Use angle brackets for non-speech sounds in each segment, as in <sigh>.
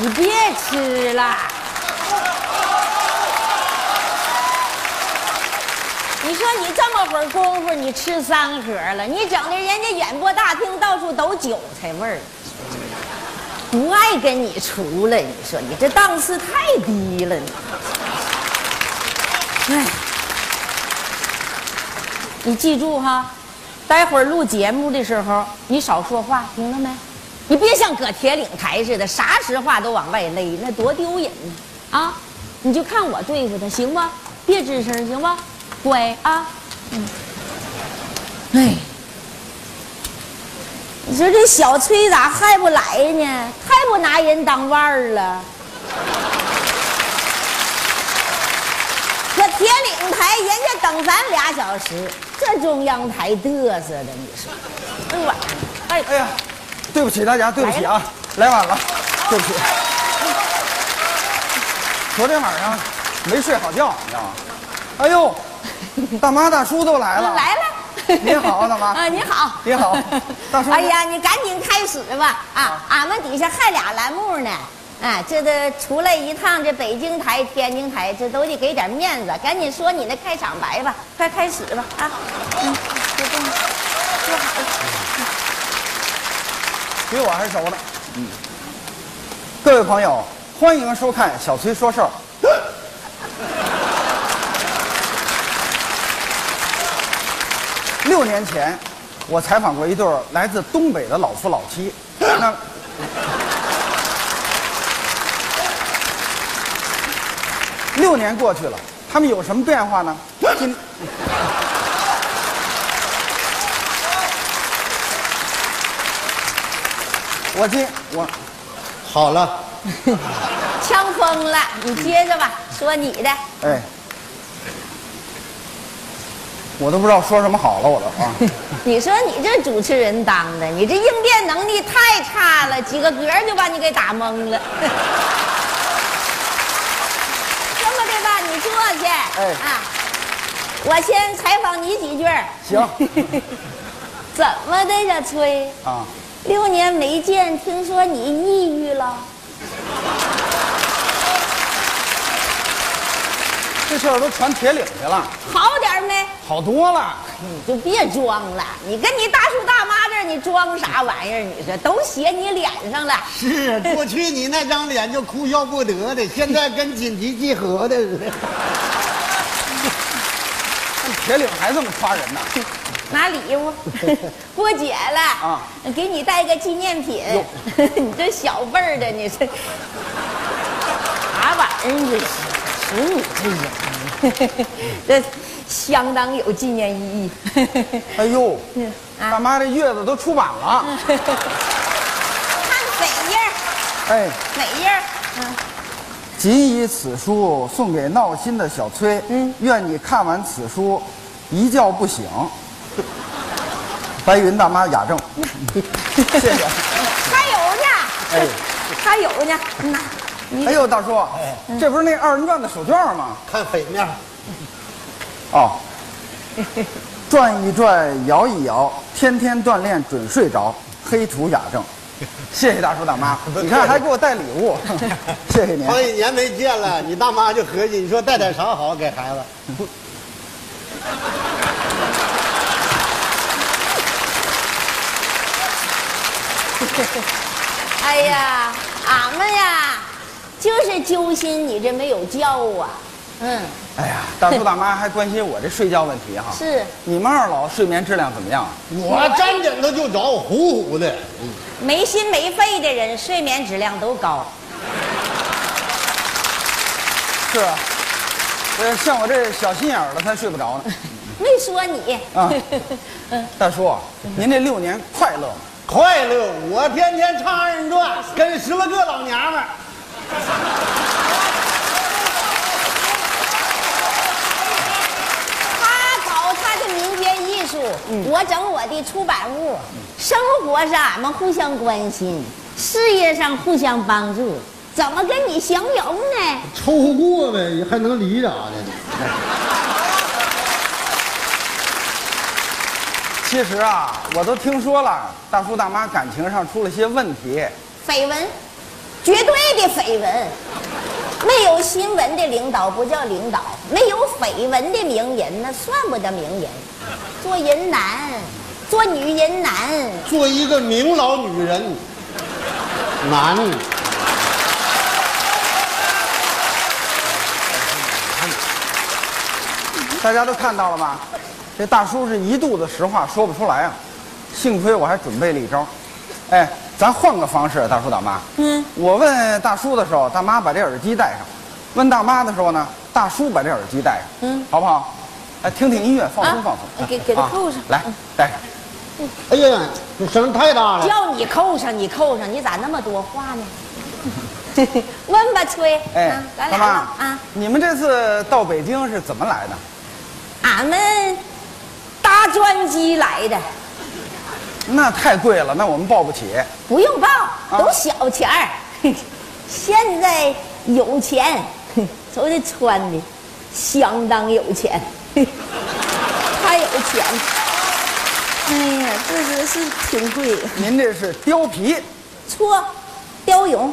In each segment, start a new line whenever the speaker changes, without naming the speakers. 你别吃了，你说你这么会儿功夫，你吃三盒了，你整的人家演播大厅到处都韭菜味儿，不爱跟你处了。你说你这档次太低了，你。哎，你记住哈，待会儿录节目的时候你少说话，听了没？你别像搁铁岭台似的，啥实话都往外勒，那多丢人呢！啊，你就看我对付他行吗？别吱声行吗？乖啊！嗯，哎，你说这小崔咋还不来呢？太不拿人当腕儿了。这铁岭台人家等咱俩小时，这中央台嘚瑟的，你说？哎呦我，哎，
哎呀，对不起大家，对不起啊，来晚了，对不起。昨天晚上没睡好觉，你知道吗？哎呦，大妈大叔都 <laughs> 来了。啊
啊来了。
你好大妈
啊，你好，
你好大叔
哎呀，你赶紧开始吧啊
啊！
俺们底下还俩栏目呢，啊，这都出来一趟，这北京台、天津台，这都得给点面子。赶紧说你那开场白吧，快开始吧啊！嗯，就这么说好了。
比我还熟呢。嗯。各位朋友，欢迎收看小崔说事儿。六年前，我采访过一对儿来自东北的老夫老妻。那六年过去了，他们有什么变化呢？今我今我
好了，
枪疯了，你接着吧，说你的。
哎，我都不知道说什么好了，我都
<laughs>
啊。
你说你这主持人当的，你这应变能力太差了，几个嗝儿就把你给打懵了。 <laughs> 这么的吧，你坐下。
哎
啊，我先采访你几句儿。
行
怎么的呀，崔？
啊，
六年没见，听说你抑郁了？
这事儿都传铁岭去了，
好点儿没？
好多了。
你就别装了，你跟你大叔大妈这儿，你装啥玩意儿？你这都写你脸上了。
是啊，过去你那张脸就哭笑不得的，现在跟紧急集合的似的。
铁岭还这么夸人
<laughs>
呢？
拿礼
<laughs>
物，过节了
啊
给你带个纪念品。 <laughs> 你这小辈儿的，你这啥玩意儿？你这是你这人，这相当有纪念意义。 <laughs>
哎呦，
嗯啊嗯
大妈这月子都出版了。
看哪页儿？
哎，
哪页儿？
谨以此书送给闹心的小崔。嗯，愿你看完此书，一觉不 <laughs> 醒。白云大妈雅 <laughs> 正，谢谢。
还有呢？
哎
还有呢？那你
哎呦，大叔，这不是那二人转的手绢吗？
看匪面，
哦，转一转，摇一摇，天天锻炼准睡着，黑土雅 <laughs> 正。谢谢大叔大妈，你看还给我带礼 <laughs> 物，谢谢您。
好几年没见了，你大妈就合计，你说带点啥好给孩子？
哎呀，俺们呀，就是揪心你这没有觉啊。嗯，
哎呀，大叔大妈还关心我这睡觉问题哈。
是。
你们二老睡眠质量怎么样？啊
我沾枕头就着，呼呼的。
没心没肺的人，睡眠质量都高。
是啊，呃，像我这小心眼儿的才睡不着
<laughs>
呢。
没说你
嗯啊，大叔，啊您这六年快乐吗？
快乐，我天天唱二人转，跟十来个老娘们儿。
<laughs> 他搞他的民间艺术，
嗯
我整我的出版物。生活上俺们互相关心，事业上互相帮助，怎么跟你形容呢？
凑合过呗，还能离啥呢？
其实啊，我都听说了，大叔大妈感情上出了些问题。
绯闻，绝对的绯闻。没有新闻的领导不叫领导，没有绯闻的名人那算不得名人。做人难，做女人难，
做一个明老女人难。啊
嗯
大家都看到了吧？这大叔是一肚子实话说不出来啊。幸亏我还准备了一招。哎，咱换个方式，大叔大妈。嗯。我问大叔的时候，大妈把这耳机戴上；问大妈的时候呢，大叔把这耳机戴上。嗯，好不好？哎，听听音乐，放松
啊
放松。
给给他
啊
扣上
来，戴上。
哎呀，这声太大了。
叫你扣上，你扣上，你咋那么多话呢？问吧，崔，
嗯
哎
啊，咱
大
俩
妈
吧啊，
你们这次到北京是怎么来的？
俺们搭专机来的，
那太贵了，那我们报不起。
不用报，都小钱儿。 <laughs> 现在有钱， <laughs> 瞅这穿的，相当有钱， <laughs> 太有钱。哎呀，这真是挺贵的。
您这是貂皮，
错，貂绒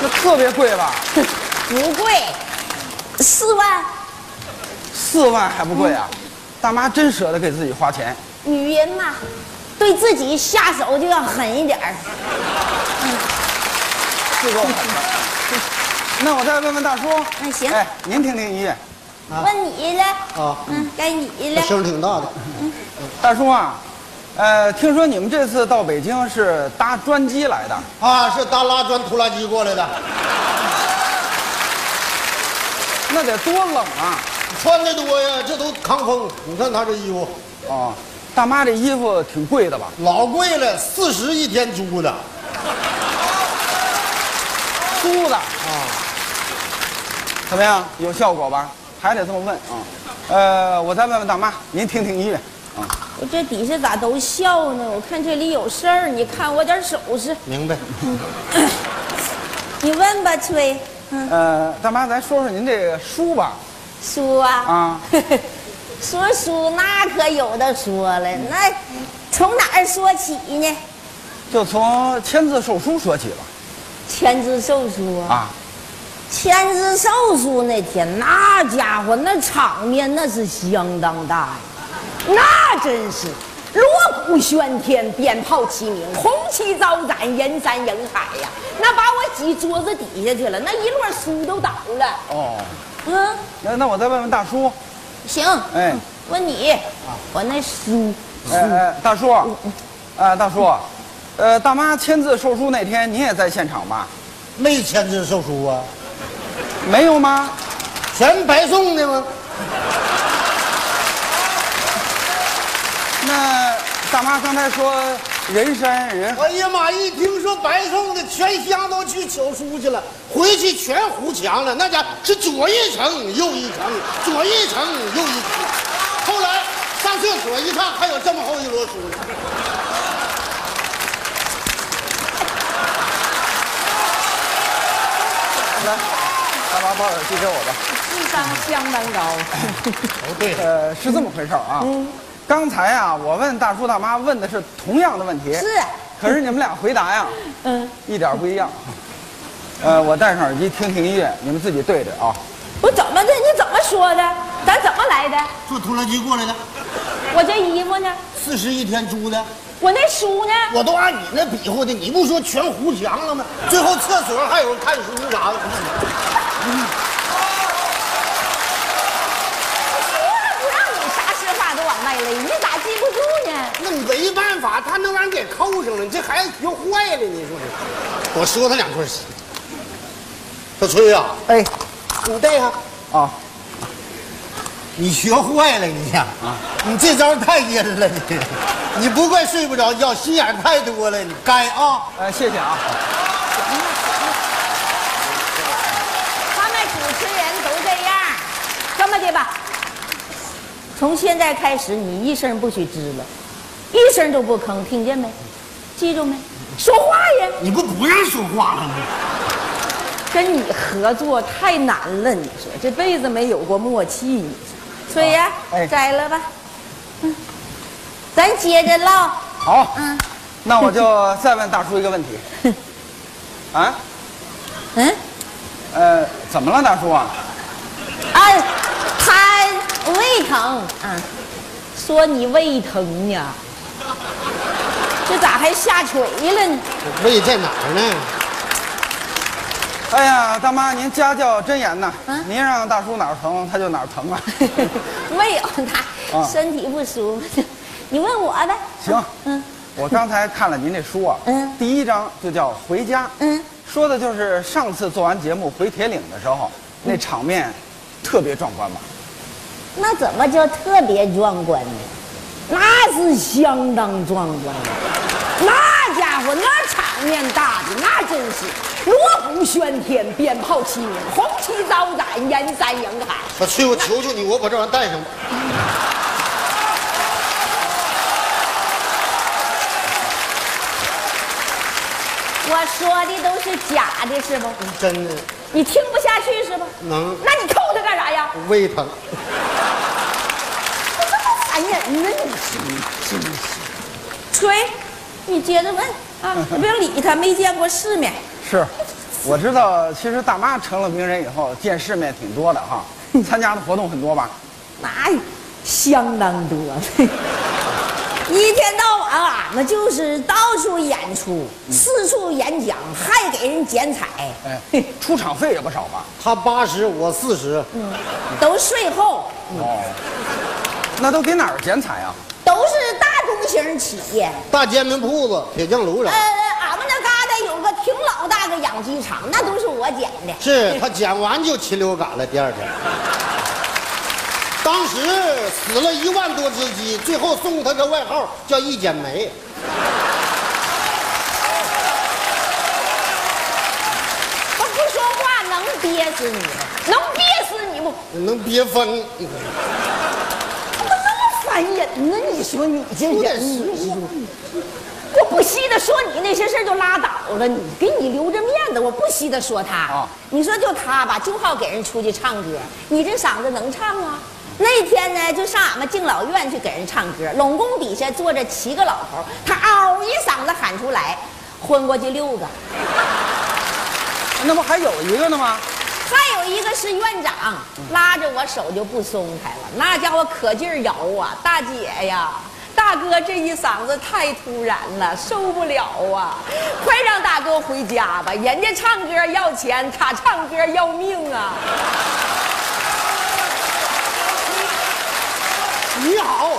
那特别贵吧？
不贵，四万。
四万还不贵啊？大妈真舍得给自己花钱。
女人嘛，对自己下手就要狠一点儿。
是够狠的。那我再问问大叔。
那行
哎，您听听音乐。
问你了，
啊，
嗯，该你了
这。声挺大的。
大叔啊，呃，听说你们这次到北京是搭专机来的，
啊，是搭拉砖拖拉机过来的，
那得多冷啊！
穿的多呀，这都抗风。你看他这衣服，
哦，大妈这衣服挺贵的吧？
老贵了，四十一天租的。
租的啊？怎么样？有效果吧？还得这么问啊？呃，我再问问大妈，您听听音乐啊。
我这底下咋都笑呢？我看这里有事儿，你看我点首饰。
明白。
你问吧，崔。嗯，
呃，大妈，咱说说您这个书吧。
叔啊，
啊
<laughs> 说书那可有的说了，那从哪儿说起呢？
就从签字售书说起吧。
签字售书啊，
啊，
签字售书那天，那家伙那场面那是相当大呀。
那真是锣鼓喧天，鞭炮齐鸣，红旗招展，人山人海呀、那把我挤桌子底下去了，那一摞书都倒了。
哦，
嗯，
那那我再问问大叔，
行，
哎。
问你，我那书
哎哎，大叔，啊、大叔，呃，大妈签字售书那天你也在现场吧？
没签字售书啊，
没有吗？
全白送的吗？
那大妈刚才说人山人海，
哎呀妈！一听说白送的，全乡都去求书去了，回去全糊墙了。那家是左一层右一层，左一层右一层。后来上厕所一看，还有这么厚一摞书呢。
来，大妈把耳机给我吧。
智商相当高，
哦，对了，
呃，是这么回事儿啊。
嗯
刚才啊，我问大叔大妈问的是同样的问题，
是，
可是你们俩回答呀，嗯，一点儿不一样。呃，我戴上耳机听听音乐，你们自己对着啊。
我怎么的？你怎么说的？咱怎么来的？
坐拖拉机过来的，
我这衣服呢？
四十一天租的，
我那书呢？
我都按你那比划的，你不说全糊墙了吗？最后厕所还有人看书啥的。
不让你啥实话都往外勒，你咋记不住呢？
那没办法，他那玩意儿给扣上了，你这孩子学坏了，你说是？我说他两句儿，小崔呀、
哎，
你戴上，
啊，
你学坏了你呀、你这招太阴了你，你不怪睡不着觉，心眼儿太多了，你该啊。
呃，谢谢啊。
他们主持人都这样。这么的吧，
从现在开始，你一声不许吱了，一声都不吭，听见没？记住没？说话呀！
你不不让说话了吗？
跟你合作太难了，你说这辈子没有过默契，你说。所以呀、
哎
摘了吧。嗯
咱接着唠。
好，
嗯， <laughs>
那我就再问大叔一个问题，啊，
嗯，
呃，怎么了，大叔啊？
啊，他胃疼，啊，
说你胃疼呢，这咋还下垂了
<laughs>
呢？
胃在哪儿呢？
哎呀，大妈，您家教真严呐！
啊
您让大叔哪儿疼，他就哪儿
<laughs>
疼啊。
胃
哦
有他
啊
身体不舒服，你问我呗。
行，
嗯
我刚才看了您这书啊，
嗯
第一章就叫《回家》，
嗯，
说的就是上次做完节目回铁岭的时候，
嗯
那场面特别壮观吧？
那怎么叫特别壮观呢？
那是相当壮观的，那家伙那场面大的那真是锣鼓喧天，鞭炮齐鸣，红旗招展，人山人海。
我去，我求求你，我把这玩意儿带上吧。
我说的都是假的，是不？
真的
你听不下去是吧？
能
那你扣他干啥呀？
胃疼，
哎呀，那你
吹，你接着问啊！你不要理他，没见过世面。
是，我知道，其实大妈成了名人以后，见世面挺多的哈，参加的活动很多吧？
那相当多，
一天到晚俺们就是到处演出，四处演讲，还给人剪彩，
哎，出场费也不少吧？
他八十，我四十，
都税后，
哦，那都给哪儿剪彩啊？
都是大中型企业。
大煎饼铺子、铁匠炉
呃
上。，
俺们那嘎达有个挺老大个养鸡场，那都是我捡的。
是他剪完就禽流感了，第二天。当时死了一万多只鸡，最后送他个外号叫“一剪梅
我不说话能憋死你吗？
能憋死你不？”，
能憋疯。
怎么那么烦人呢？你说你这
有点
人，你我不稀得说你那些事儿就拉倒了，你给你留着面子，我不稀得说他。
啊
你说就他吧，就好给人出去唱歌。你这嗓子能唱啊？那天呢，就上俺们敬老院去给人唱歌，拢共底下坐着七个老头，他嗷一嗓子喊出来，昏过去六个，
那不还有一个呢吗？
还有一个是院长，拉着我手就不松开了，那家伙可劲儿摇啊，大姐呀！大哥，这一嗓子太突然了，受不了啊！快让大哥回家吧，人家唱歌要钱，他唱歌要命啊！
你好，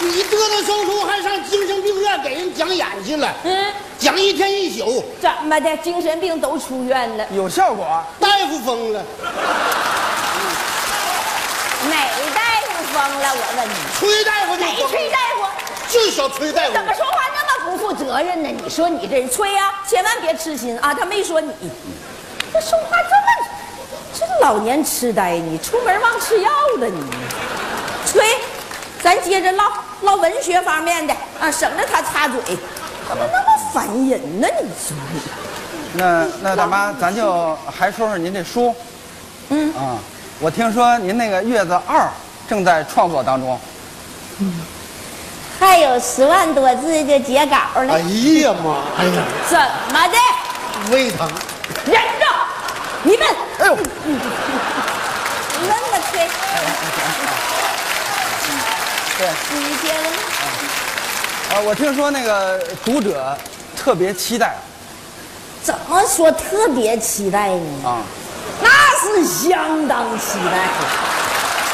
你嘚嘚生出还上精神病院给人讲演去了，
嗯，
讲一天一宿，
怎么的？精神病都出院了，
有效果啊？
大夫疯了，
哪大夫疯了？我问你，
崔大夫就
哪
疯
崔大
了，
夫？
就小崔大夫
怎，么说话那么不负责任呢？你说你这人崔呀、千万别痴心啊！他没说你，这说话这么，这老年痴呆，你出门忘吃药了你。崔，咱接着唠唠文学方面的啊，省着他插嘴。怎么那么烦人呢？你说你
那
嗯
那大妈，咱就还说说您这书。嗯啊，我听说您那个《月子二》正在创作当中。
还有十万多字就截稿了
哎呀妈，哎呀，
怎么的？
胃疼，
忍着，啊你们
哎呦，
你问吧，崔。
对，
你接着问。
啊，我听说那个读者特别期待
怎么说特别期待呢？
啊。
那是相当期待。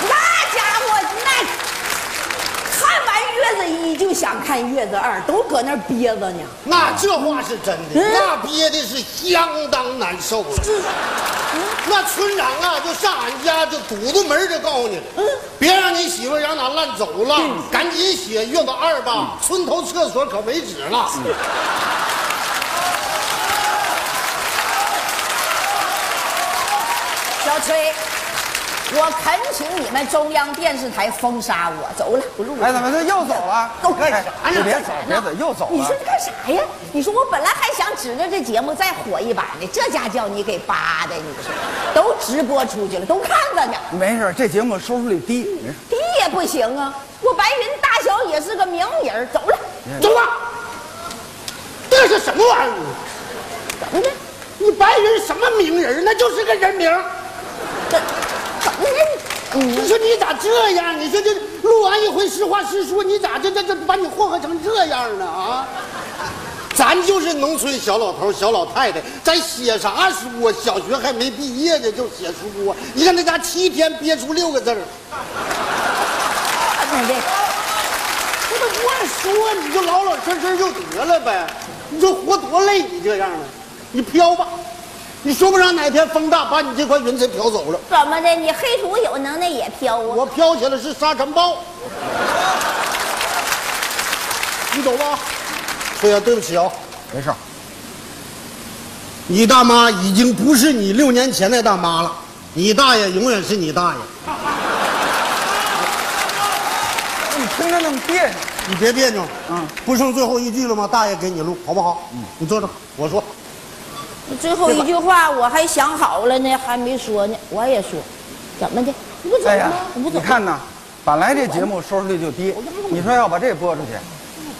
那家伙，那看完月子一就想看月子二，都搁那儿憋着呢。
那这话是真的，
嗯
那憋的是相当难受啊了。
这
那村长啊，就上俺家就堵堵门儿就告诉你了，
嗯
别让你媳妇儿让咱烂走了，赶紧写月子二
嗯
吧，村头厕所可没纸了。
小崔，我恳请你们中央电视台封杀我，走了，不录了。
哎，怎么这又走了？
都干啥
哎
呢
你别走，别走，又走
你说
了
这。干啥呀？你说我本来还想指着这节目再火一把呢，这家叫你给扒的，你说都直播出去了，都看着呢。
没事，这节目收视率低。没事
低也不行啊！我白云大小也是个名人儿，走了。
走吧，这是什么玩意儿？
怎么的？
你白人什么名人？那就是个人名。
怎怎么的？你
你说你咋这样？你说这录完一回实话实说，你咋这这这把你祸害成这样呢？啊！咱就是农村小老头、小老太太，咱写啥书啊？小学还没毕业呢就写书啊！你看那家七天憋出六个字儿，
看看这。
这都不按说，你就老老实实就得了呗。你说活多累，你这样啊？你飘吧，你说不上哪天风大把你这块云彩飘走了。
怎么的？你黑土有能耐也飘啊？
我飘起来是沙尘暴，你懂吗？崔岩，对不起啊、
没事儿，
你大妈已经不是你六年前那大妈了，你大爷永远是你大爷。
你听着那么别扭，
你别别扭，
嗯，
不剩最后一句了吗？大爷给你录，好不好？嗯，你坐着，我说，
最后一句话我还想好了呢，还没说呢。我也说，怎么的？你不走
哎呀
吗？你不，走吗？
你看呐，本来这节目收视率就低，你说要把这播出去，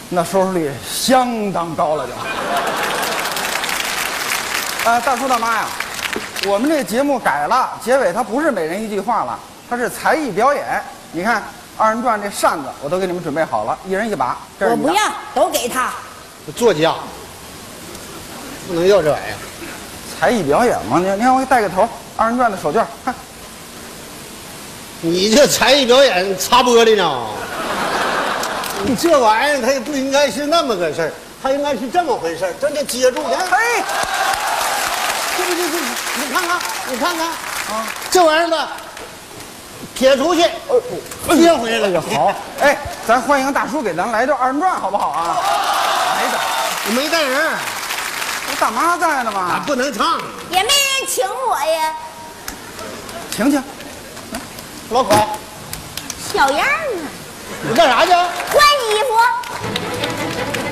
那收视率相当高了就。啊，大叔大妈呀，我们这节目改了，结尾它不是每人一句话了，它是才艺表演。你看二人转这扇子，我都给你们准备好了，一人一把。这是
我
你的
不要，都给他。
坐下，不能要这玩意儿。
才艺表演嘛，你你看我给你带个头，二人转的手绢，看
你这才艺表演擦玻璃呢？你这玩意儿它也不应该是那么个事儿，它应该是这么回事儿，这就接住了。
嘿，
这不就是你看看，你看看啊，这玩意儿吧，撇出去，接回来
哎呀好，哎，咱欢迎大叔给咱来段二人转好不好啊？来点，
我没带人儿，
我大妈在呢
俺
嘛，
不能唱。
也没人请我呀，
请请，
老孔，
小样儿啊，
你干啥去？
换衣服。